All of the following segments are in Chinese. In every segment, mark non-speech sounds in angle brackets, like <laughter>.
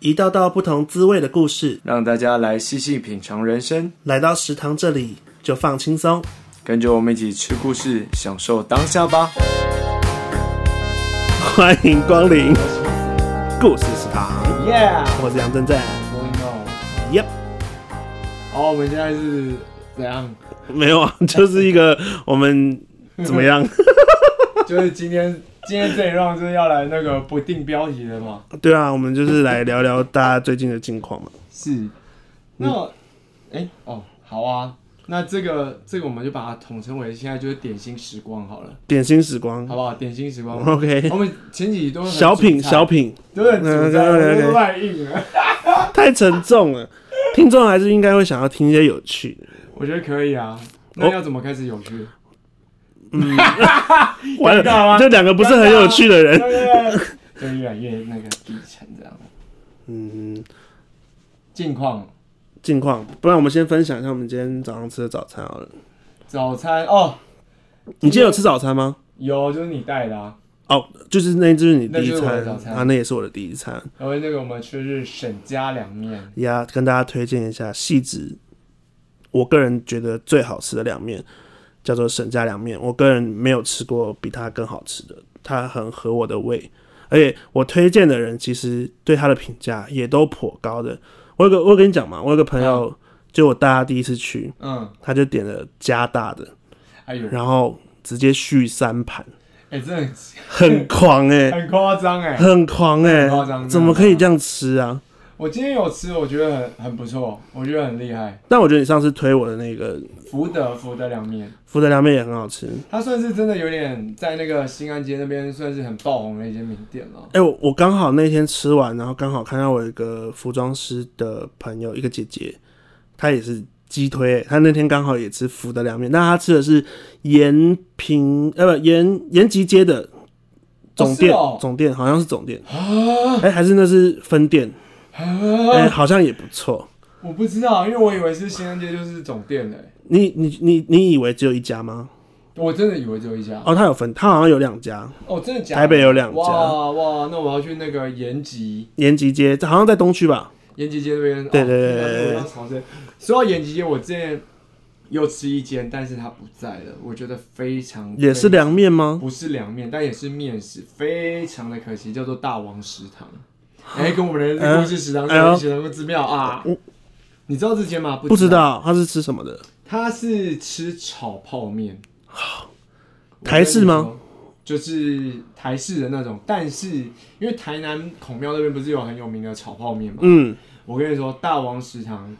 一道道不同滋味的故事，让大家来细细品尝人生，来到食堂这里就放轻松。跟着我们一起吃故事，享受当下吧。 <laughs> 欢迎光临故事食堂， Yeah，我是杨正正。我 know。 Yep，好，我们现在是怎样？ <laughs> 没有啊， <laughs> 就是一个我们怎么样？就是今天今天这一 round 就是要来那个不定标题的嘛。 <laughs> 对啊，我们就是来聊聊大家最近的近况嘛。是。那我，哎、哦，好啊。那这个这个我们就把它统称为现在就是点心时光好了，点心时光好不好？点心时光。 ，OK，我们前几集都很小品主菜小品，都很 <laughs> 主菜，嗯，OK，OK，OK 我都乱硬了。太沉重 <laughs> 了，听众还是应该会想要听一些有趣的。我觉得可以啊。哦那要怎么开始有趣？完 <laughs> 尴尬吗了，这两个不是很有趣的 <laughs> 人。就越来越那个低沉这样。嗯，近况，近况，不然我们先分享一下我们今天早上吃的早餐好了。早餐哦，你今天有吃早餐吗？有就是你带的啊，哦，就是那就是你那第一就是我的餐早餐啊，那也是我的第一餐然后那个我们吃的是沈家凉面，呀。跟大家推荐一下细致，我个人觉得最好吃的凉面叫做沈家凉面，我个人没有吃过比它更好吃的，它很合我的胃，而且我推荐的人其实对它的评价也都颇高的。我有个我跟你讲嘛，我有个朋友，就我大家第一次去，嗯，他就点了加大的，哎呦，然后直接续三盘，哎、真的很很狂哎、很夸张 <laughs> 哎，很狂哎、 <laughs> 很夸张怎么可以这样吃啊？我今天有吃，我觉得很很不错，我觉得很厉害，但我觉得你上次推我的那个福德福德凉面，福德凉面也很好吃。它算是真的有点在那个新安街那边算是很爆红的一间名店了，哎、我我刚好那天吃完，然后刚好看到我有一个服装师的朋友，一个姐姐，她也是鸡推、欸，她那天刚好也吃福德凉面，但她吃的是延平呃不延延吉街的总店，是哦啊总店好像是总店，哎、还是那是分店，哎、好像也不错。我不知道，因为我以为是新安街就是总店嘞、你你你你以为只有一家吗？我真的以为只有一家。哦，它有分，它好像有两家，哦，真的假的？台北有两家，哇哇，那我要去那个延吉，延吉街好像在东区吧？延吉街那边。对对哦对原来是对对我要朝这。说到延吉街，我之前又吃一间，但是它不在了，我觉得非常也是，凉面吗？不是凉面，但也是面食，非常的可惜，叫做大王食 <gasps> 堂。哎，跟我们的故事食堂、哎呦哎故事食堂之妙啊！你知道这间吗？不知道，道它是吃什么的，它是吃炒泡面。 <laughs> 台式吗？就是台式的那种，但是因为台南孔庙那边不是有很有名的炒泡面吗？嗯，我跟你说，大王食堂，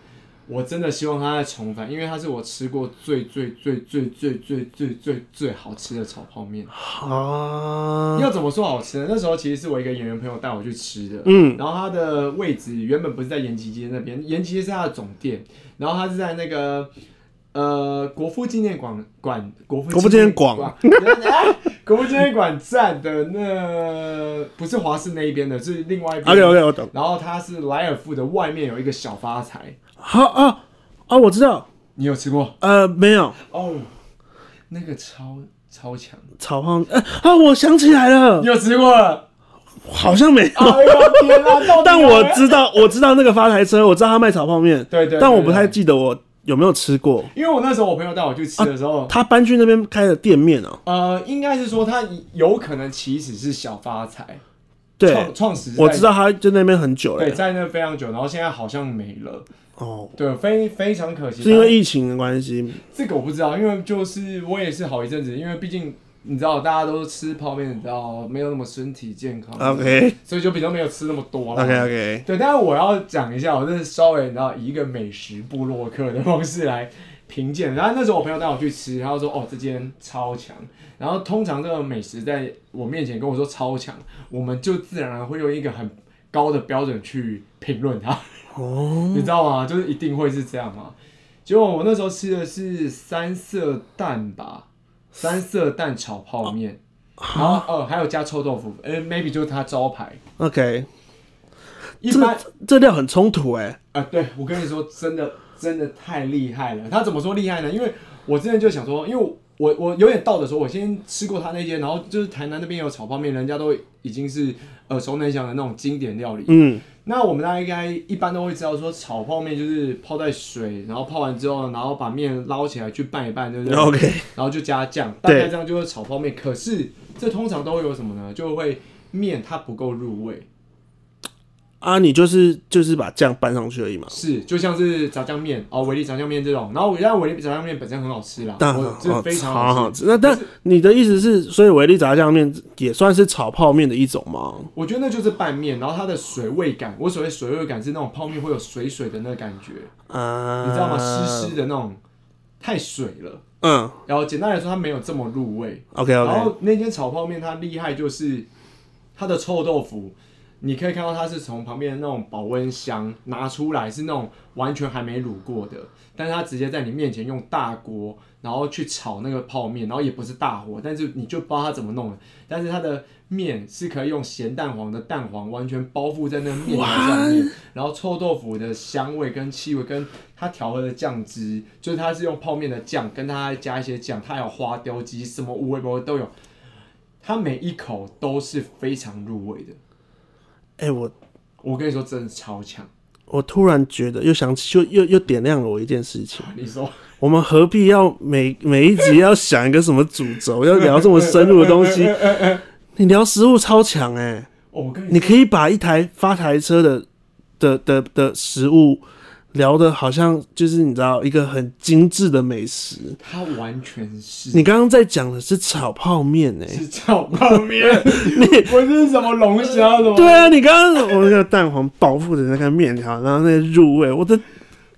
我真的希望它再重返，因为它是我吃过最最最最最最最最最好吃的炒泡面。啊，要怎么说好吃呢？那时候其实是我一个演员朋友带我去吃的，嗯，然后它的位置原本不是在延吉街那边，延吉街是它的总店，然后它是在那个呃国父纪念馆馆国父国父纪念馆纪念馆哎 <laughs> 国父纪念馆站的那不是华师那一边的，是另外一边。 OK OK，我懂。然后它是莱尔富的外面有一个小发财，好啊啊，我知道，你有吃过呃，没有哦？那个超超强，炒泡，呃啊，我想起来了你，有吃过了？好像没有，哎呦天啊！到底有没有 <laughs> 但我知道，我知道那个发财车，我知道他卖炒泡面，对对对但我不太记得我有没有吃过。因为我那时候我朋友带我去吃啊的时候，他搬去那边开的店面哦，呃，应该是说他有可能其实是小发财，对创，创始，我知，道他就那边很久对，了，在那非常久，然后现在好像没了，哦，对，非非常可惜。是因为疫情的关系，这个我不知道，因为就是我也是好一阵子，因为毕竟你知道大家都吃泡面，你知道没有那么身体健康 OK 所以就比较没有吃那么多了。 OK OK，对，但是我要讲一下，我是稍微你知道以一个美食部落客的方式来评鉴。然后那时候我朋友带我去吃，他就说哦这间超强。然后通常这个美食在我面前跟我说超强，我们就自然而然会用一个很高的标准去评论它，哦， <laughs> 你知道吗？就是一定会是这样嘛。结果我那时候吃的是三色蛋吧，三色蛋炒泡面，啊然后哦还有加臭豆腐，呃 maybe 就是它招牌。 ，OK，一这般这料很冲突哎，啊，对我跟你说，真的真的太厉害了。他怎么说厉害呢？因为我之前就想说，因为我我有点倒着说，我先吃过他那间，然呃后就是台南那边有炒泡面，人家都已经是耳熟能详的那种经典料理。嗯，那我们大家应该一般都会知道，说炒泡面就是泡在水，然后泡完之后，然后把面捞起来去拌一拌，对不对？嗯 OK，然后就加酱，大对概这样就是炒泡面。可是这通常都会有什么呢？就会面它不够入味，啊，你就是就是把酱拌上去而已嘛。是就像是炸酱面哦，维力炸酱面这种。然后我但维力炸酱面本身很好吃啦，但我这哦非常超好好吃。吃。那但你的意思是，所以维力炸酱面也算是炒泡面的一种吗？我觉得那就是拌面，然后它的水味感，我所谓水味感是那种泡面会有水水的那个感觉，啊，你知道吗？湿湿的那种，太水了。嗯然后简单来说，它没有这么入味。 ，OK 然 OK，后那间炒泡面它厉害就是它的臭豆腐，你可以看到它是从旁边的那种保温箱拿出来，是那种完全还没卤过的，但是它直接在你面前用大锅，然后去炒那个泡面，然后也不是大火，但是你就不知道它怎么弄的。但是它的面是可以用咸蛋黄的蛋黄完全包覆在那个面条上面，然后臭豆腐的香味跟气味跟它调和的酱汁，就是它是用泡面的酱，跟它还加一些酱，它还有花雕鸡什么无味不都有，它每一口都是非常入味的。哎、我我跟你说，真的超强。我突然觉得又想起，又又又点亮了我一件事情。你说，我们何必要每每一集要想一个什么主轴，要聊这么深入的东 <laughs> 西？你聊食物超强哎、哦我跟你你可以把一台发财车的的的的食物聊的好像就是你知道一个很精致的美食。它完全是你刚刚在讲的是炒泡面哎、是炒泡面，不是什么龙虾什么。对啊，你刚 <laughs> 刚我那个蛋黄饱腹的那个面条，然后那个入味，我的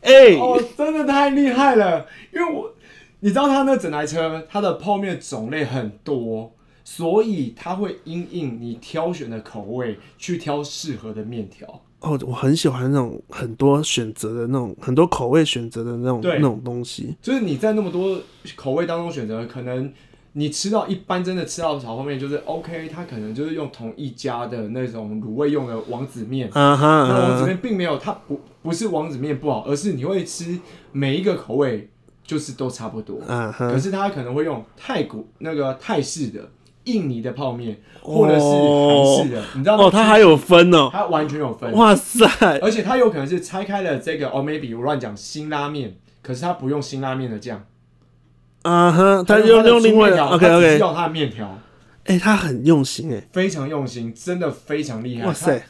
哎、哦，真的太厉害了！因为我，你知道他那整台车，它的泡面种类很多，所以它会因应你挑选的口味去挑适合的面条。哦，我很喜欢那种很多选择的那种很多口味选择的那种对那种东西。就是你在那么多口味当中选择，可能你吃到一般真的吃到炒泡面就是 OK，它可能就是用同一家的那种卤味用的王子面。啊哈那王子啊哈，面并没有，它不不是王子面不好，而是你会吃每一个口味就是都差不多。啊可哈，是他可能会用泰国那个泰式的、印尼的泡面，哦或者是韩式的，你知道吗？哦，它还有分哦，它完全有分，哇塞，而且它有可能是拆开了这个哦，maybe 我乱讲辛拉面，可是它不用辛拉面的酱，啊哈，它用用用另外的的猪面条，OK 它只是 OK，要它的面条哎，它很用心哎，非常用心，真的非常厉害。哇塞，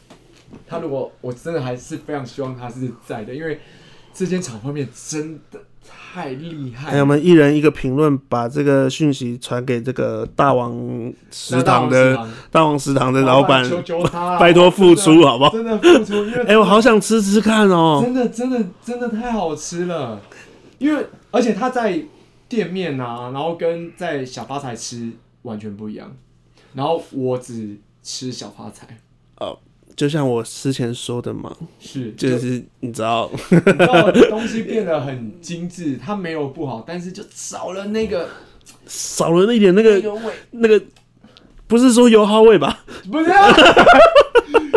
他，他如果我真的还是非常希望他是在的，因为这间炒泡面真的太厉害哎，我了。们一人一个评论，把这个讯息传给这个大王食那大堂王的食堂大王食堂的老板，求求他啦， <laughs> 拜托付出好不好真的付出，因为哎，我好想吃吃看哦，真的真的真的太好吃了，因为而且它在店面啊，然后跟在小发财吃完全不一样。然后我只吃小发财，就像我之前说的嘛，是就就是你知道，你知道东西变得很精致，它没有不好，但是就少了那个少了那一点那那个个味，那个，不是说油耗味吧？不是、 <laughs> 啊、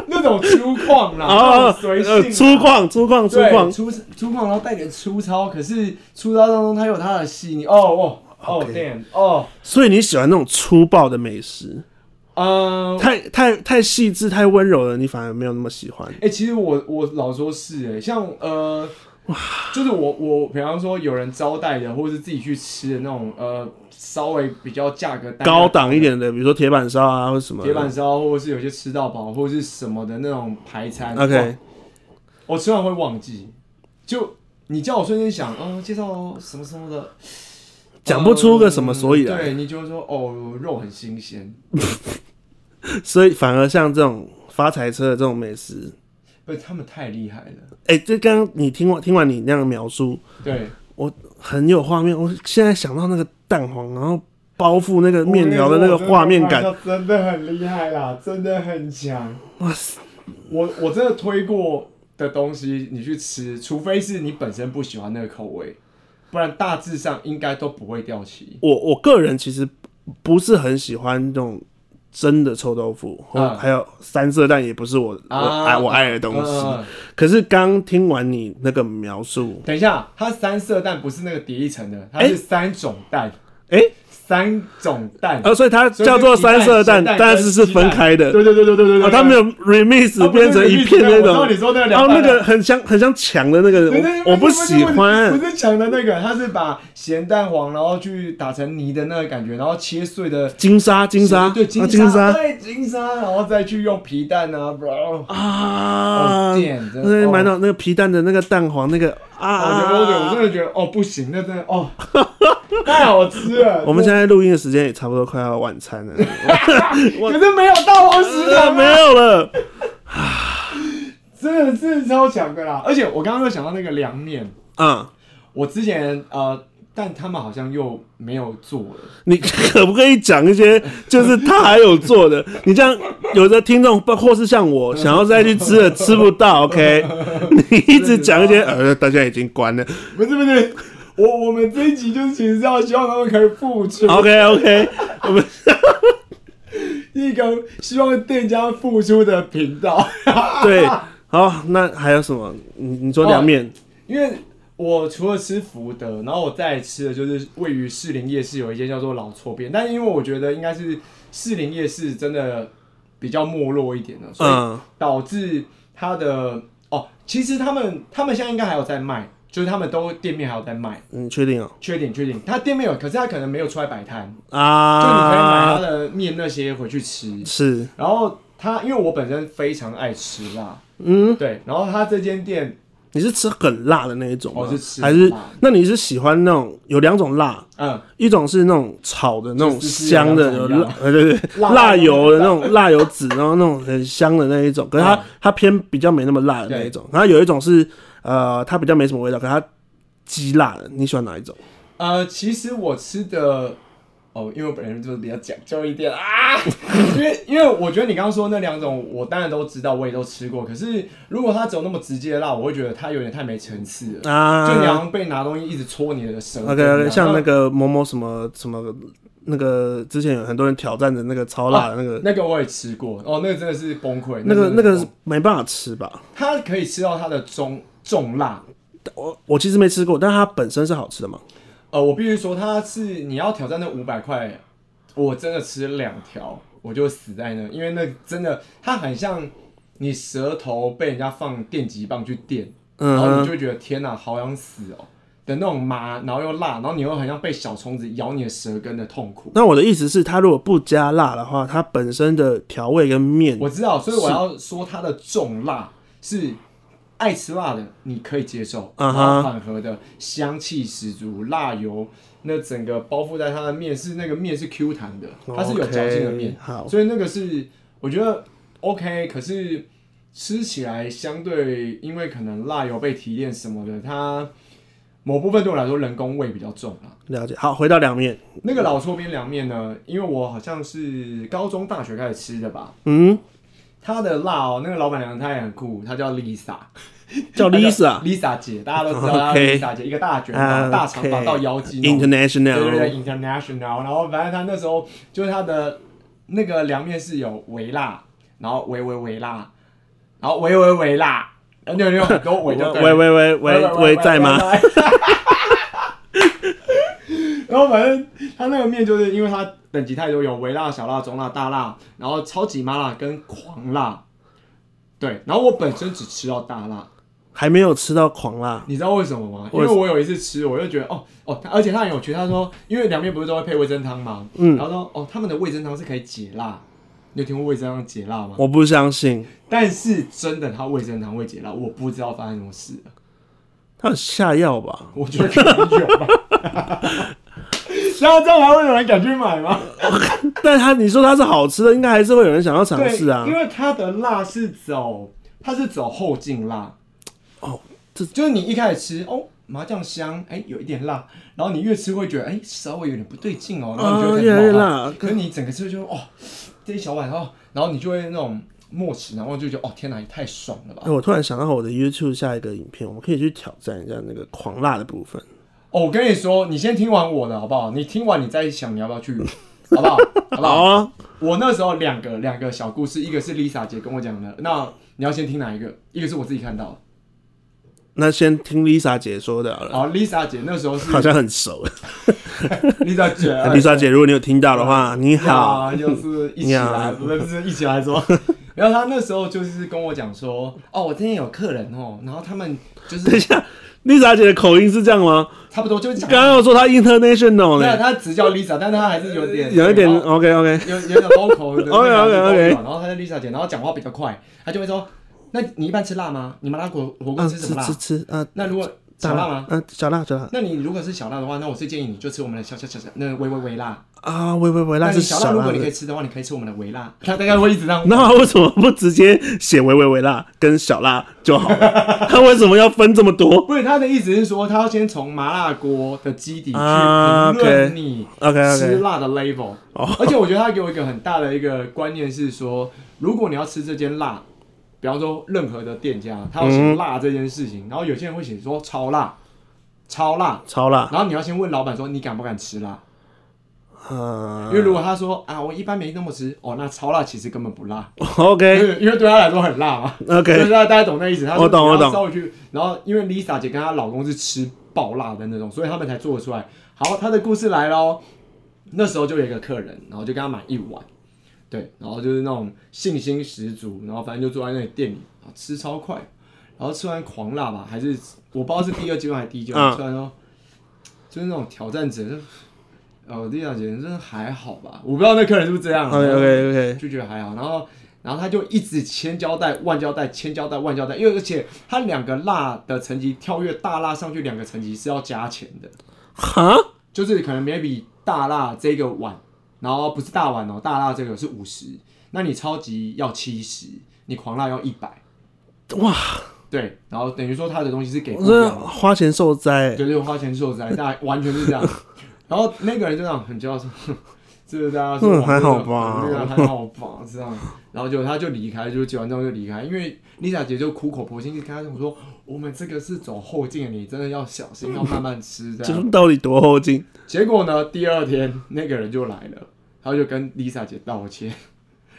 那种粗犷啦，那啊，种随性呃啦粗犷，粗犷，粗对，犷，粗粗犷，然后带点粗糙，可是粗糙当中它有它的细腻。哦哦哦 OK ，damn，哦，所以你喜欢那种粗暴的美食，嗯，太太太细致、太温柔了，你反而没有那么喜欢。哎、其实我我老说是哎、像呃，就是我我比方说有人招待的，或者是自己去吃的那种呃，稍微比较价格单高档一点的，比如说铁板烧啊，或者什么的铁板烧，或者是有些吃到饱，或者是什么的那种排餐。 OK，我吃完会忘记，就你叫我瞬间想，嗯、介绍什么什么的，讲不出个什么所以嗯然对，你就会说哦，肉很新鲜，所以反而像这种发财车的这种美食，不是他们太厉害了。哎、这刚刚你听完听完你那样描述，对，很有画面。我现在想到那个蛋黄，然后包覆那个面条的那个画面感，，真的很厉害啦，真的很强。哇塞！我我真的推过的东西，你去吃，除非是你本身不喜欢那个口味，不然大致上应该都不会掉漆。我我个人其实不是很喜欢这种真的臭豆腐，或嗯还有三色蛋也不是我我啊爱我爱的东西。嗯可是刚听完你那个描述，等一下，它三色蛋不是那个叠一层的，它哎是三种蛋。哎三种蛋，呃，所以它啊所以叫做鸡蛋三色蛋，咸蛋但跟是是鸡分蛋开的。对对对对对对啊，对，它没有 remix 它不是变成一片那绿色的我知种道，你说那个然凉后拌那的个很像很像墙的那个，对对我我不喜不欢。是讲的那个，他是把咸蛋黄，然后去打成泥的那个感觉，然后切碎的金沙，金沙，对啊金金沙，沙对金沙，然后再去用皮蛋啊，哦啊哦，店真那的，买哦到那个皮蛋的那个蛋黄那个我觉得我啊。真的觉得哦不行，那真的哦太好吃了。我们现在录音的时间也差不多快要晚餐 <laughs> 了，啊可是没有大王食堂没啊，有了。真的是超强的啦！而且我刚刚又想到那个凉面，啊，我之前呃，但他们好像又没有做了。你 <laughs> 可不可以讲一些，就是他还有做的？你这样，有的听众不或是像 <laughs> 我想要再去吃的吃不到，OK？你一直讲一些，呃，大家已经关了不是不是，我我们这一集就是其实是要希望他们可以付出， ，OK OK，我们一个希望店家付出的频道。对，好，那还有什么？你你说凉面，因为我除了吃福德，然后我再吃的就是位于士林夜市有一间叫做老搓边，但因为我觉得应该是士林夜市真的比较没落一点了，哦所以嗯，导致它的哦，其实他们他们现在应该还有在卖，就是他们都店面还有在卖。你确定哦？缺点缺点，他店面有，可是他可能没有出来摆摊，就你可以买他啊，的面那些回去吃。是，然后他，因为我本身非常爱吃辣，嗯，对，然后他这间店你是吃很辣的那一种吗？我是吃还是很辣？那你是喜欢那种有两种辣？嗯，一种是那种炒的那种就是香的，就是有有两辣，呃对对，辣辣油的那种辣油籽，然后那种很香的那一种。可是它、嗯它偏比较没那么辣的那一种。然后有一种是呃，它比较没什么味道，可是它鸡辣的。你喜欢哪一种？呃，其实我吃的，哦，因为我本人就是比较讲究一点啊， <laughs> 因为因为我觉得你刚刚说那两种，我当然都知道，我也都吃过，可是如果它只有那么直接的辣，我会觉得它有点太没层次了。就你好啊像被拿东西一直戳你的舌头，OK 一样 OK，像那那个某某什么什么那个之前有很多人挑战的那个超辣的那个，哦那个我也吃过，哦，那个真的是崩溃。那个那真的个是是没办法吃吧？崩溃，它可以吃到它的中重辣，我我其实没吃过，但它本身是好吃的嘛。呃，我必须说，它是你要挑战那五百块，我真的吃两条我就死在那，因为那真的它很像你舌头被人家放电击棒去电，然嗯哦后你哼就会觉得天哪、好想死哦的那种麻，然后又辣，然后你又很像被小虫子咬你的舌根的痛苦。那我的意思是，它如果不加辣的话，它本身的调味跟面，我知道，所以我要说它的重辣是爱吃辣的你可以接受，嗯然哼后缓和的香气十足，辣油那整个包覆在它的面是那个面是 Q 弹的，它是有嚼劲的面 OK，好，所以那个是我觉得 OK，可是吃起来相对因为可能辣油被提炼什么的，它某部分对我来说人工味比较重啊。了解。好，回到凉面，那个老厝边凉面呢，因为我好像是高中大学开始吃的吧，嗯，她的辣哦，那个老板娘她也很酷，她叫 Lisa，叫哦 Lisa Lisa 姐，大家都知道她叫 OK Lisa 姐，一个大卷啊 <laughs> 发、大长发 OK 到腰肌那种，对对对 International， ，international。然后反正她那时候就是她的那个凉面是有微辣，然后微微微辣，然后微微微辣，然后就有很多微就对了 <laughs> 喂喂喂喂喂，在吗？？ <laughs> 然后反正它那个面就是因为它等级太多，有微辣、小辣、中辣、大辣，然后超级麻辣跟狂辣。对，然后我本身只吃到大辣，还没有吃到狂辣，你知道为什么吗？因为为什我有一次吃，我就觉得哦哦，它而且它很有趣。他说，因为凉面不是都会配味噌汤吗？嗯然后说哦，他们的味噌汤是可以解辣。你有听过味噌汤解辣吗？我不相信，但是真的，它味噌汤会解辣，我不知道发生什么事了。它有下药吧？我觉得可能有吧。然后这样还会有人敢去 <laughs> 买吗？但它你说它是好吃的，应该还是会有人想要尝对，试啊因。为它的辣是走，它是走后劲辣。哦，这就是你一开始吃哦，麻酱香，哎、有一点辣，然后你越吃会觉得哎、稍微有点不对劲哦，然后你就啊，会越开来始越冒汗。辣，可是你整个吃就哦，这一小碗哦，然后你就会那种默齿，然后就觉得哦，天哪，也太爽了吧哎、！我突然想到我的 YouTube 下一个影片，我们可以去挑战一下那个狂辣的部分。哦，我跟你说，你先听完我的好不好？你听完你再想你要不要去，好不好？好不好好？啊，我那时候两个两个小故事，一个是 Lisa 姐跟我讲的，那你要先听哪一个？一个是我自己看到的，那先听 Lisa 姐说的好了，好，Lisa 姐那时候是好像很熟。哎 Lisa 姐 Lisa 姐，如果你有听到的哎话，你好，呀，就是一起来，不是不是一起来说。然后他那时候就是跟我讲说，哦，我今天有客人哦，然后他们就是等一下，Lisa 姐的口音是这样吗？差不多就是讲，刚刚有说她 international 没有呢，他只叫 Lisa，但他还是有点有一点 OK OK，有有点 vocal 的 OK，OK，OK 然后他是 Lisa 姐，然后讲话比较快，他就会说，那你一般吃辣吗？你麻辣火火锅啊，吃什吃么辣吃？吃啊，那如果大小辣吗？嗯，小辣小辣那你如果是小辣的话，那我是建议你就吃我们的小小小小那个微微微辣。啊，微微微那辣你是小辣，小如辣果你可的以。吃的话，你可以吃我们的微辣。他大概会一直这 <laughs> 样。那为什么不直接写微微微辣跟小辣就好了？ <laughs> 他为什么要分这么多不是他的意思是说，他要先从麻辣锅的基底去啊评，OK 论你？OK 吃 OK，辣的 level，、哦而且我觉得他给我一个很大的一个观念是说，如果你要吃这间辣，比方说任何的店家，他要写辣这件事情，然后有些人会写说超辣，超辣，超辣，然后你要先问老板说你敢不敢吃辣，嗯因为如果他说啊我一般没那么吃，哦那超辣其实根本不辣，因，OK 为因为对他来说很辣嘛，就 OK，是大家大家懂那意思，他说哎我懂你要我懂稍微去，然后因为 Lisa 姐跟她老公是吃爆辣的那种，所以他们才做得出来。好，她的故事来喽。那时候就有一个客人，然后就跟他买一碗，对，然后就是那种信心十足，然后反正就坐在那里店里，然后吃超快，然后吃完狂辣吧，还是我不知道是第二阶段还是第一阶段，嗯吃完之后就是那种挑战者，就哦，Lisa 姐真的还好吧，我不知道那客人是不是这样。啊 OK OK OK，就觉得还好。然后，然后他就一直千交代万交代，千交代万交代，因为而且他两个辣的层级跳跃大辣上去两个层级是要加钱的，哈，就是可能 maybe 大辣这个碗，然后不是大碗哦，大辣这个是五十，那你超级要七十，你狂辣要一百，哇，对，然后等于说他的东西是给我不一样真的的花钱受灾欸，对对，花钱受灾，大家完全是这样。 <laughs> 然后那个人就这样很骄傲说：“这个大家说、嗯还好吧对啊，还好吧，这样。”然后就他就离开，就结完账就离开，因为 Lisa 姐就苦口婆心地跟他讲说：“我们这个是走后劲的，你真的要小心，要慢慢吃。”这这样。到底多后劲？结果呢，第二天那个人就来了，他就跟 Lisa 姐道歉。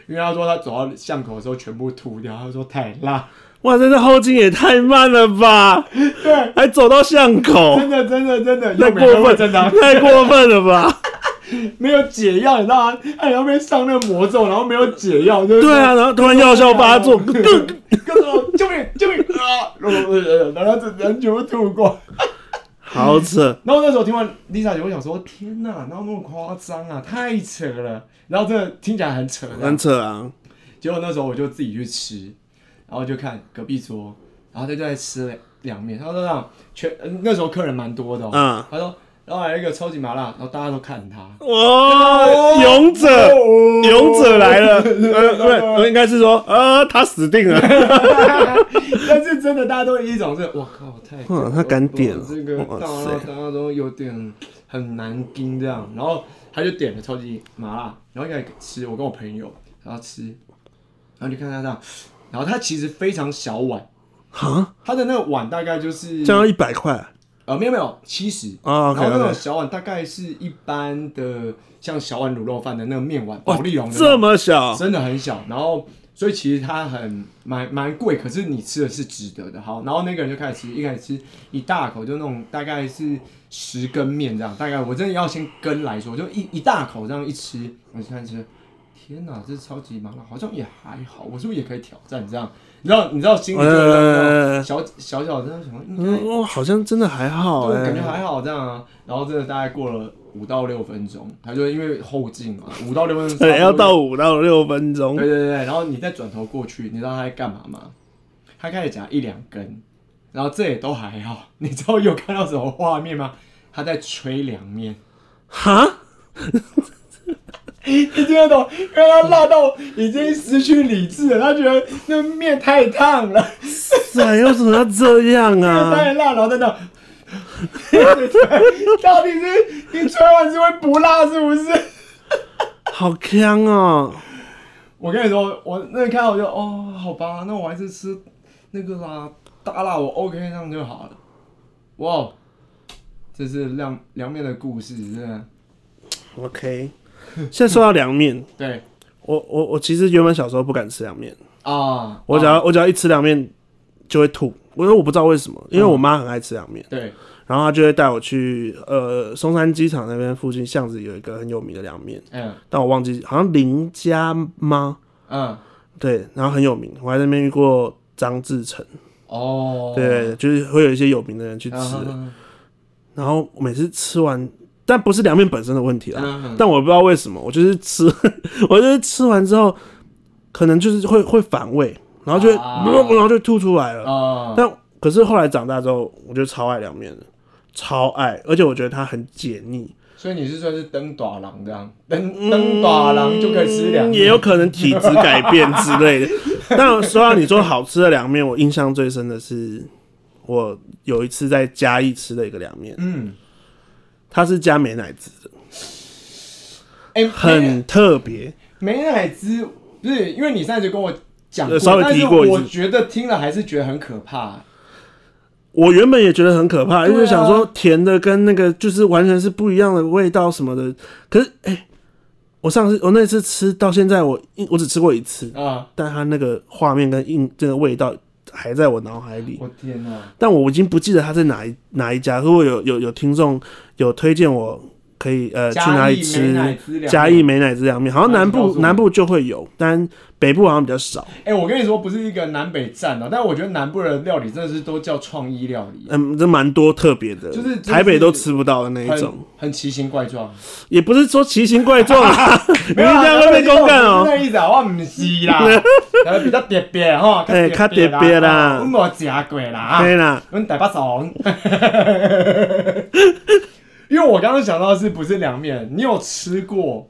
因为他说他走到巷口的时候全部吐掉，他说太辣， <laughs> 哇，这后劲也太慢了吧！对，还走到巷口， <laughs> 真的真的真的，太又没过分，真的啊太过分了吧？没有解药，你知道吗？哎，然后被上那个魔咒，然后没有解药， <laughs> 就是对啊，然后突然药效发作，各种救命救命啊！然后这人全部吐光。好扯。然后那时候听完 Lisa 姐，我想说天哪，哪有那么夸张啊？太扯了。然后这听起来很扯，很扯啊！结果那时候我就自己去吃，然后就看隔壁桌，然后他就在吃凉面，他说让全呃那时候客人蛮多的、哦，嗯，他说然后来一个超级麻辣，然后大家都看他，哇，勇者，哦勇者来 <laughs> 了，呃，不是，呃应该是说，呃，他死定了。 <laughs> 但是真的，大家都有一种是，我靠，太哇嗯他敢点了这个哇大塞家大家都有点很难盯这样，然后他就点了超级麻辣，然后一开始吃，我跟我朋友，然后吃，然后就看他这样，然后他其实非常小碗， <laughs> 啊，他的那个碗大概就是这样要一百块啊呃没有没有七十。哦然后那种？OK，OK，小碗大概是一般的，像小碗卤肉饭的那个面碗，哇保利龙的那这种，么小，真的很小。然后，所以其实它很蛮蛮贵，可是你吃的是值得的。好，然后那个人就开始吃，一开始吃一大口，就那种大概是十根面这样，大概我真的要先根来说，就一一大口这样一吃，我就开始吃。天哪，这超级麻辣，好像也还好，我是不是也可以挑战这样？你知道，你知道心里就有那种呃，小小小的那种，应该嗯，哇，好像真的还好对，感觉哎。还好这样啊。然后真的大概过了五到六分钟，他就因为后劲嘛，五到六分 <laughs> 钟差不多对，哎要到五到六分钟对对对，然后你再转头过去，你知道他在干嘛吗？他开始夹一两根，然后这也都还好。 <laughs> 你知道有看到什么画面吗？他在吹凉面，哈， <laughs> 你听得懂？因为他辣到已经失去理智了，他觉得那面太烫了，塞，为什么要这样嗯啊？太辣，然后在那。 <laughs> 到底是你吹完是会不辣是不是？好香哦！我跟你说，我那看到我就哦，好吧，那我还是吃那个啦，大辣我 OK 这样就好了。哇，这是凉凉面的故事，真的。 OK，现在说到凉面，对我我我其实原本小时候不敢吃凉面，啊，哦我只要、我只要一吃凉面，就会吐，我因为我不知道为什么，因为我妈很爱吃凉面，对，然后她就会带我去呃松山机场那边附近巷子有一个很有名的凉面，嗯但我忘记好像林家吗？嗯，对，然后很有名，我还在那边遇过张志成，哦，对，啊就是会有一些有名的人去吃，嗯，然后我每次吃完，但不是凉面本身的问题啦，嗯但我不知道为什么，我就是吃， <laughs> 我就是吃完之后，可能就是会会反胃，然后就会、啊然后就吐出来了。啊，但可是后来长大之后，我就超爱凉面的，超爱，而且我觉得它很解腻，所以你是算是登短郎这样，登登短郎就可以吃两嗯也有可能体质改变之类的。 <laughs> 但说到你说好吃的凉面，我印象最深的是我有一次在嘉义吃的一个凉面，嗯，它是加美乃滋的，哎，很特别。美乃滋不是因为你上次跟我讲过，呃稍微但是提过一次我觉得听了还是觉得很可怕。我原本也觉得很可怕，因对为啊想说甜的跟那个就是完全是不一样的味道什么的。可是哎、我上次我那次吃到现在我，一我只吃过一次，啊！但它那个画面跟印这个味道还在我脑海里。我天哪！但我已经不记得它在哪一哪一家。如果有有有听众有推荐我可以呃去哪里嘉义美乃吃滋凉嘉面义美乃滋凉面，好像那南你告诉部我南部就会有，但北部好像比较少。哎、我跟你说，不是一个南北战啊，但我觉得南部的料理真的是都叫创意料理，嗯，这蛮多特别的，就是就是台北都吃不到的那一种很。很奇形怪状。也不是说奇形怪状 <laughs> 啊， <laughs> 你这没有啊样会被公干不哦。是那意思啊，我唔 <laughs> 是啦，呃比较特别吼，较特较特别啦阮无食过啦，啊对啦，阮台北怂。因为我刚刚想到的是不是凉面？你有吃过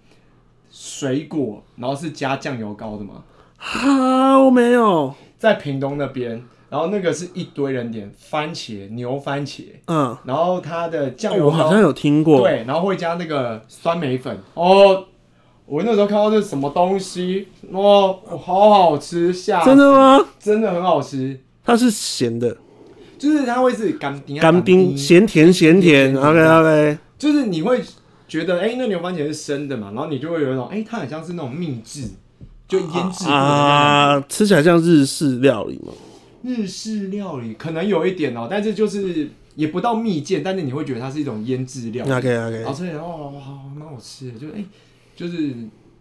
水果，然后是加酱油膏的吗？啊，我没有，在屏东那边，然后那个是一堆人点番茄牛番茄，嗯，然后它的酱油我膏、哦好像有听过，对，然后会加那个酸梅粉哦。我那时候看到这是什么东西，哦，好好吃，下真的吗？真的很好吃，它是咸的，就是它会是干丁啊，干丁冰，咸甜咸甜咸甜，OK OK，就是你会觉得，哎、那牛番茄是生的嘛，然后你就会有一种，哎、它很像是那种秘制，就腌制过的那种啊，吃起来像日式料理嘛，日式料理，可能有一点哦、但是就是也不到蜜饯，但是你会觉得它是一种腌制料理。 ，OK 然后 OK，所以哦，好蛮好吃的，就哎、就是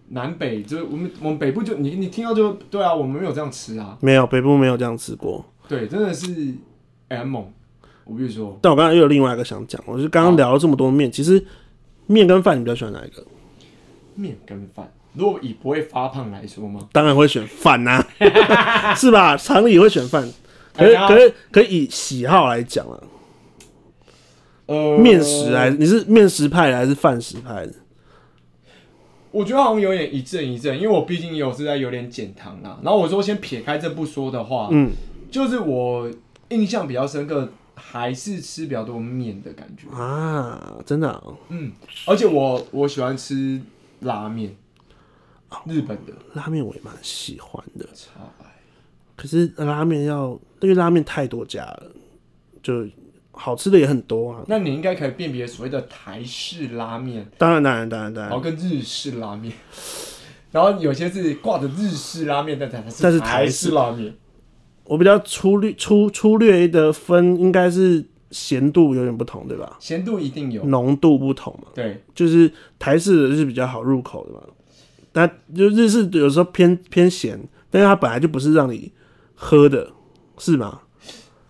南北，就是我们我们北部就你你听到就对啊，我们没有这样吃啊，没有北部没有这样吃过。对，真的是哎、很猛，我必须说，但我刚刚又有另外一个想讲，我就刚刚聊了这么多面，其实面跟饭你比较喜欢哪一个？面跟饭，如果以不会发胖来说吗？当然会选饭呐、 <laughs> 是吧？常理会选饭，可是哎呀哦可是可以以喜好来讲啊。呃面食啊还，你是面食派的还是饭食派的？我觉得好像有点一阵一阵，因为我毕竟有是在有点减糖啦。然后我说先撇开这不说的话，嗯，就是我印象比较深刻，还是吃比较多面的感觉。啊，真的哦、嗯，而且我我喜欢吃拉面，日本的拉面我也蛮喜欢的，超爱。可是拉面要因为拉面太多家了，就好吃的也很多啊。那你应该可以辨别所谓的台式拉面，当然，当然，当然，当然后然，跟日式拉面，然后有些是挂着日式拉面，但它是但是台台式式拉面。我比较粗略粗粗略的分应该是咸度有点不同，对吧？咸度一定有，浓度不同嘛，对，就是台式的是比较好入口的嘛，但就日式有时候偏偏咸，但是它本来就不是让你喝的，是吗？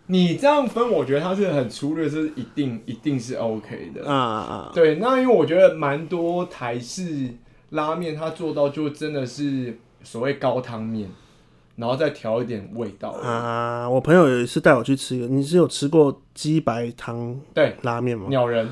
你这样分，我觉得它是很粗略，这是一定一定是 OK 的。啊啊，对，那因为我觉得蛮多台式拉面，它做到就真的是所谓高汤面，然后再调一点味道。啊，我朋友有一次带我去吃一个，你是有吃过鸡白汤对，拉面吗？鸟人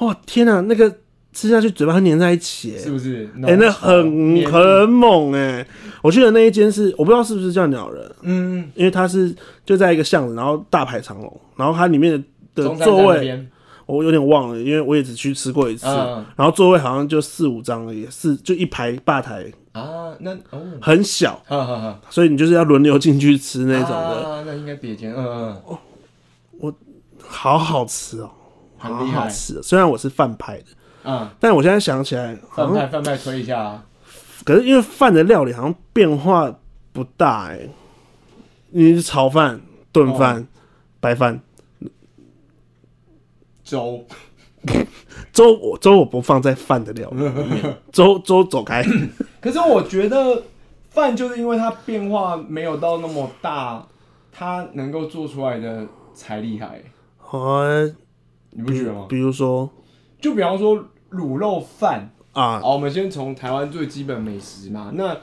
哇、天哪、那个吃下去嘴巴会粘在一起、是欸，不是？哎、那很黏很猛哎、我记得那一间是我不知道是不是叫鸟人，嗯，因为它是就在一个巷子，然后大排长龙，然后它里面的的中山站座那位边，我有点忘了，因为我也只去吃过一次，嗯然后座位好像就四五张而已，四就一排吧台啊，那哦，很小，哈哈哈，所以你就是要轮流进去吃那种的，哦啊，那应该别间，嗯嗯嗯，好好吃哦、很好厉好害吃哦。虽然我是饭派的，啊，但我现在想起来，好像贩卖贩卖推一下啊，可是因欸为饭的料理好像变化不大哎、你是炒饭、炖哦饭、白饭、粥，粥我粥我不放在饭的料理里面， <laughs> 粥粥走开。可是我觉得饭就是因为它变化没有到那么大，它能够做出来的才厉害，呃，你不觉得吗？比如说就比方说卤肉饭，啊，好，我们先从台湾最基本美食嘛。那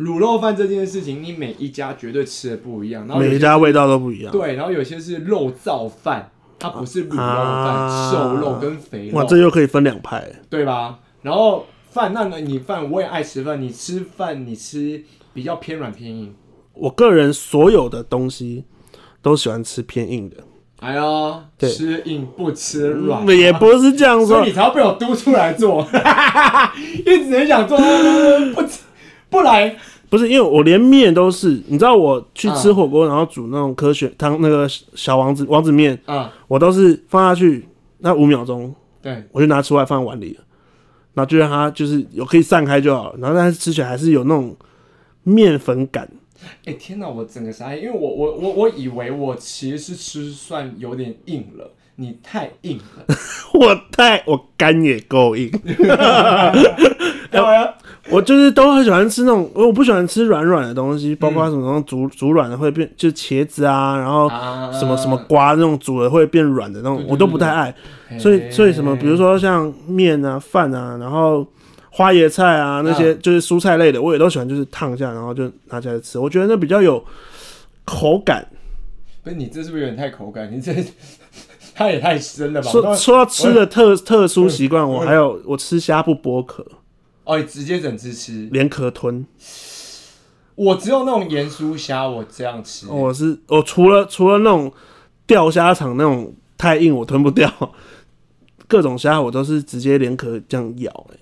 卤肉饭这件事情，你每一家绝对吃的不一样，然后有每一些家味道都不一样。对，然后有些是肉燥饭，它不是卤肉饭，啊瘦肉跟肥哇，肉，这又可以分两派。对吧？然后饭，那个你饭我也爱吃饭，你吃饭你吃比较偏软偏硬。我个人所有的东西都喜欢吃偏硬的，哎呀，对吃硬不吃软，也不是这样啊所以说你。才要被我督出来做， <laughs> 一直很想做，不吃不来，不是因为我连面都是，你知道我去啊吃火锅，然后煮那种科学汤那个小王子王子面，啊、我都是放下去那五秒钟，对，我就拿出来放碗里了，然后就让它就是有可以散开就好了，然后但是吃起来还是有那种面粉感。哎、天哪，我整个傻眼，因为我我我我以为我其实是吃算有点硬了，你太硬 <laughs> 了，我太我肝也够硬，当然我就是都很喜欢吃那种，我不喜欢吃软软的东西，包括什么那种煮煮软的会变，就茄子啊，然后嗯啊什么什么瓜那种煮了会变软的那种对，对哎我都不太爱。嘿所以所以什么，比如说像面啊、饭啊，然后花椰菜啊那些就是蔬菜类的，我也都喜欢，就是烫一下，然后就拿起来吃。我觉得那比较有口感。不是你这是不是有点太口感？你这 <laughs> 它也太深了吧？说我说到吃的特特殊习惯，我还有我吃虾不剥壳，哦，你直接整只吃，连壳吞。我只有那种盐酥虾，我这样吃。哦我是我除了除了那种钓虾场那种太硬我吞不掉， <laughs> 各种虾我都是直接连壳这样咬、欸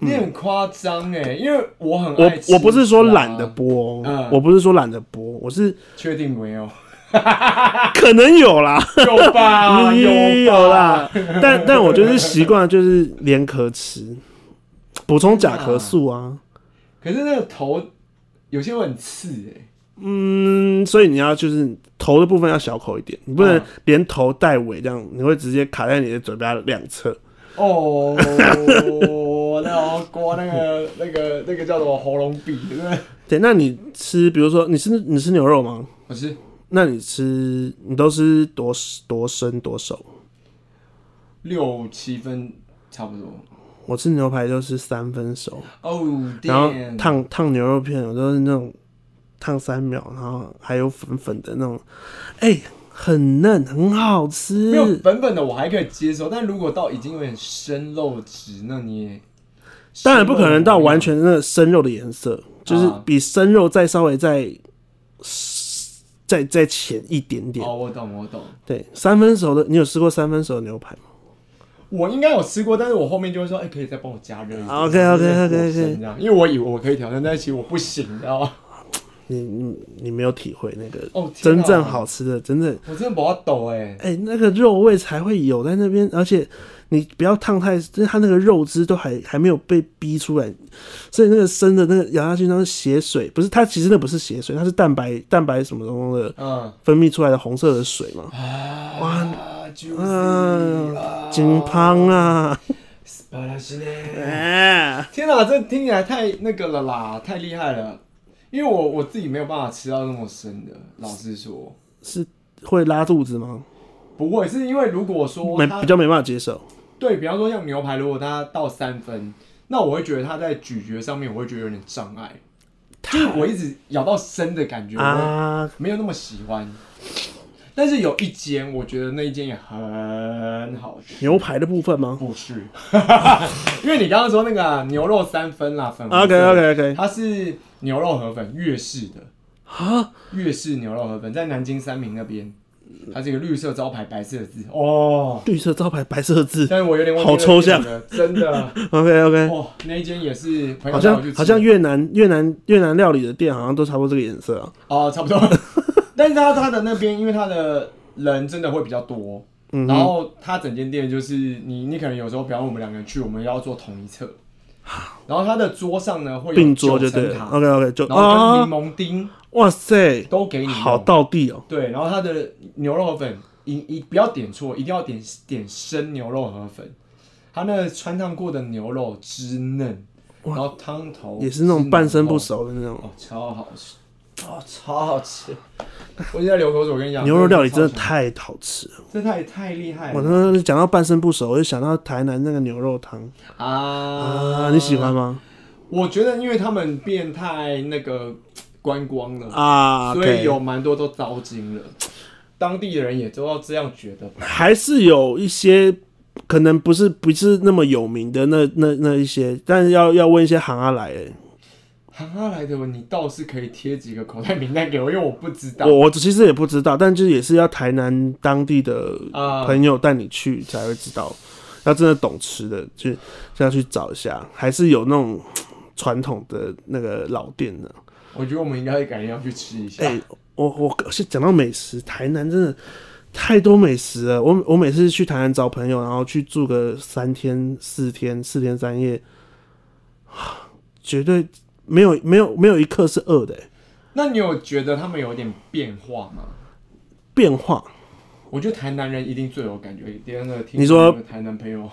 你很夸张哎，因为我很爱吃嗯我啊我不是说虾懒得，剥、嗯我不是说懒得剥，我是确定没有？ <laughs> 可能有啦，啊有 <laughs> 吧，也吧有啦，，但但我就是习惯就是连壳吃，补充甲壳素啊。可是那个头有些会很刺哎，嗯，所以你要就是头的部分要小口一点，你不能嗯连头带尾这样，你会直接卡在你的嘴巴两侧。 <laughs> 哦，那刮那个那个那个叫什么喉咙壁，对不对？对，那你吃，比如说你吃你吃牛肉吗？我是那你吃你都吃多多深多熟？六七分差不多。我吃牛排都是三分熟，哦，然后 damn 烫烫牛肉片，我都是那种烫三秒，然后还有粉粉的那种，哎、很嫩，很好吃没。有粉粉的我还可以接受，但如果到已经有点生肉质，那你也当然不可能到完全那个生肉的颜色，就是啊比生肉再稍微再再再浅一点点。哦，我懂我懂，对，三分熟的，你有吃过三分熟的牛排吗？我应该有吃过，但是我后面就会说，哎、可以再帮我加热一点。啊，OK，OK，OK，OK 就是嗯火神这样因为我以为我可以挑战，但是其实我不行，你嗯知道吗？你你你没有体会那个哦天真啊正好吃的，真正我真的不要抖哎、哎、那个肉味才会有在那边，而且你不要烫太，就是它那个肉汁都还还没有被逼出来，所以那个生的那个咬下去那是血水，不是它其实那不是血水，它是蛋白 <laughs> 蛋白什么什么的嗯分泌出来的红色的水嘛，啊，嗯、 juicy 啊，金胖啊，素晴らしいね哎、天哪、这听起来太那个了啦，太厉害了。因为我我自己没有办法吃到那么深的，老实说，是会拉肚子吗？不会是因为如果说没它比较没办法接受，对比方说像牛排，如果它到三分，那我会觉得它在咀嚼上面，我会觉得有点障碍，就是我一直咬到深的感觉，我啊，没有那么喜欢。但是有一间，我觉得那一间也很好吃，牛排的部分吗不是，因为你刚刚说那个啊、牛肉三分啦，粉红色？OK 的 OK OK，它是牛肉河粉，粤式的啊，粤式牛肉河粉，在南京三明那边，它是一个绿色招牌，白色的字哦。绿色招牌白色字但是我有点忘记好那抽个店象了，真的。 ，OK OK。哇、那一间也是朋好友带哦我去像吃，好像越南越南越南料理的店好像都差不多这个颜色啊。哦，差 <laughs> 不多。但是他他的那边，因为他的人真的会比较多，嗯然哼，后他整间店就是你你可能有时候，比方我们两个人去，我们要坐同一侧，然后它的桌上呢会有并桌九就层对了。塔， OK OK，就然后啊跟，柠檬丁哇塞，都给你好用道地哦，对，然后它的牛肉粉一一不要点错，一定要点点生牛肉河粉，它那个穿烫过的牛肉汁嫩，然后汤头也是那种半生不是熟的那种牛肉哦，超好吃，哦，超好吃，我现在流口水，我跟你讲，牛肉料理，真的超强太好吃了。这太太厉害我了刚刚讲到半生不熟，我就想到台南那个牛肉汤啊，啊！你喜？欢吗？我觉得因为他们变态那个观光了，啊，所 OK 以有蛮多都糟心了，当地人也都要这样觉得吧。还是有一些可能不是不是那么有名的那那那一些，但是要要问一些行啊来的，行阿莱的，你倒是可以贴几个口袋名单给我，因为我不知道我我其实也不知道，但就是也是要台南当地的啊、朋友带你去才会知道，要真的懂吃的就就要去找一下，还是有那种传统的那个老店的。我觉得我们应该改天要去吃一下。哎、我我是讲到美食，台南真的太多美食了。我我每次去台南找朋友，然后去住个三天四天，四天三夜， <sighs> 绝对没有没有没有一刻是饿的、哎那你有觉得他们有点变化吗？变化我觉得台南人一定最有感觉，第二个听你说我的台南朋友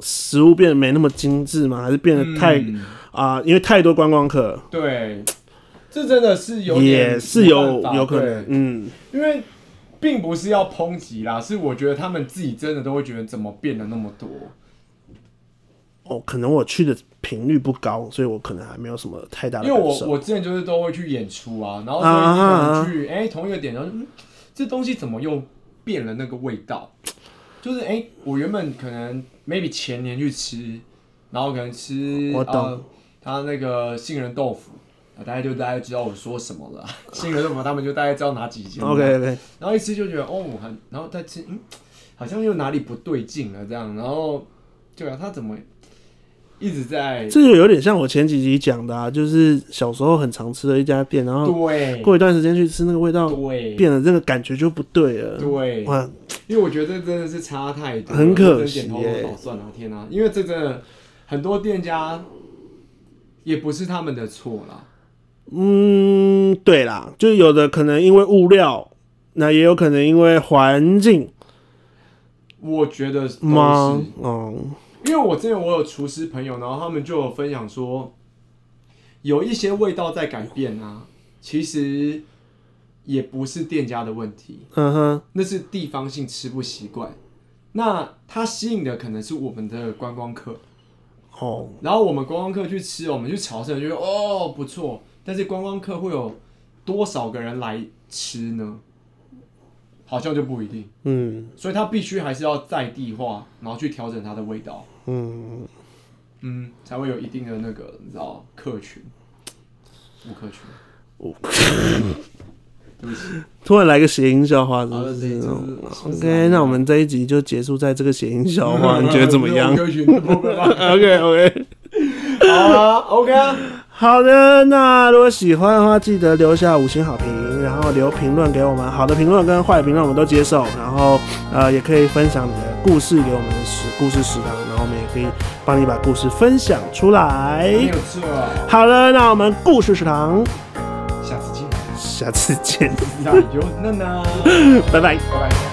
食物变得没那么精致吗？还是变得太嗯啊、因为太多观光客对，这真的是有点也是有没办法有可能对，嗯，因为并不是要抨击啦，是我觉得他们自己真的都会觉得怎么变得那么多。哦，可能我去的频率不高，所以我可能还没有什么太大的因为感我受。我之前就是都会去演出啊，然后所以啊你可啊能去哎、同一个点，然后就嗯这东西怎么又变了那个味道？就是哎、我原本可能 maybe 前年去吃，然后可能吃我懂呃他那个杏仁豆腐，啊大家就大家知道我说什么 <laughs> 了，杏仁豆腐他们就大概知道哪几间。 OK OK，然后一吃就觉得哦，我很，然后再吃，嗯，好像又哪里不对劲了这样，然后对啊，他怎么一直在这就有点像我前几集讲的啊，就是小时候很常吃的一家店，然后对过一段时间去吃，那个味道对变了，这个感觉就不对了。对，哇，因为我觉得这真的是差太多了，很可惜我真的点头耶好算啊，天啊！因为这真的很多店家也不是他们的错啦，嗯，对啦，就有的可能因为物料，那也有可能因为环境我觉得都吗是，？哦、因为我之前我有厨师朋友，然后他们就有分享说，有一些味道在改变啊，其实也不是店家的问题，嗯哼，那是地方性吃不习惯。那它吸引的可能是我们的观光客，哦，然后我们观光客去吃，我们去朝圣，觉得哦不错，但是观光客会有多少个人来吃呢？好像就不一定，嗯所以它必须还是要在地化，然后去调整它的味道，嗯，嗯，才会有一定的那个你知道客群，顾客群。对不起，突然来个谐音笑话，真好了，的这是 <laughs> 一那集就种。是 OK，那我们这一集就结束在这个谐音笑 <laughs> 话，你觉得怎么样顾客群的部分吗？OK OK。好啊，OK 啊，好的，那如果喜欢的话，记得留下五星好评，然后留评论给我们。好的评论跟坏的评论我们都接受，然后呃也可以分享你的故事给我们的食故事食堂，然后我们也可以帮你把故事分享出来。没有错，好了，那我们故事食堂下次见，下次见，加油，娜娜，拜拜。拜拜。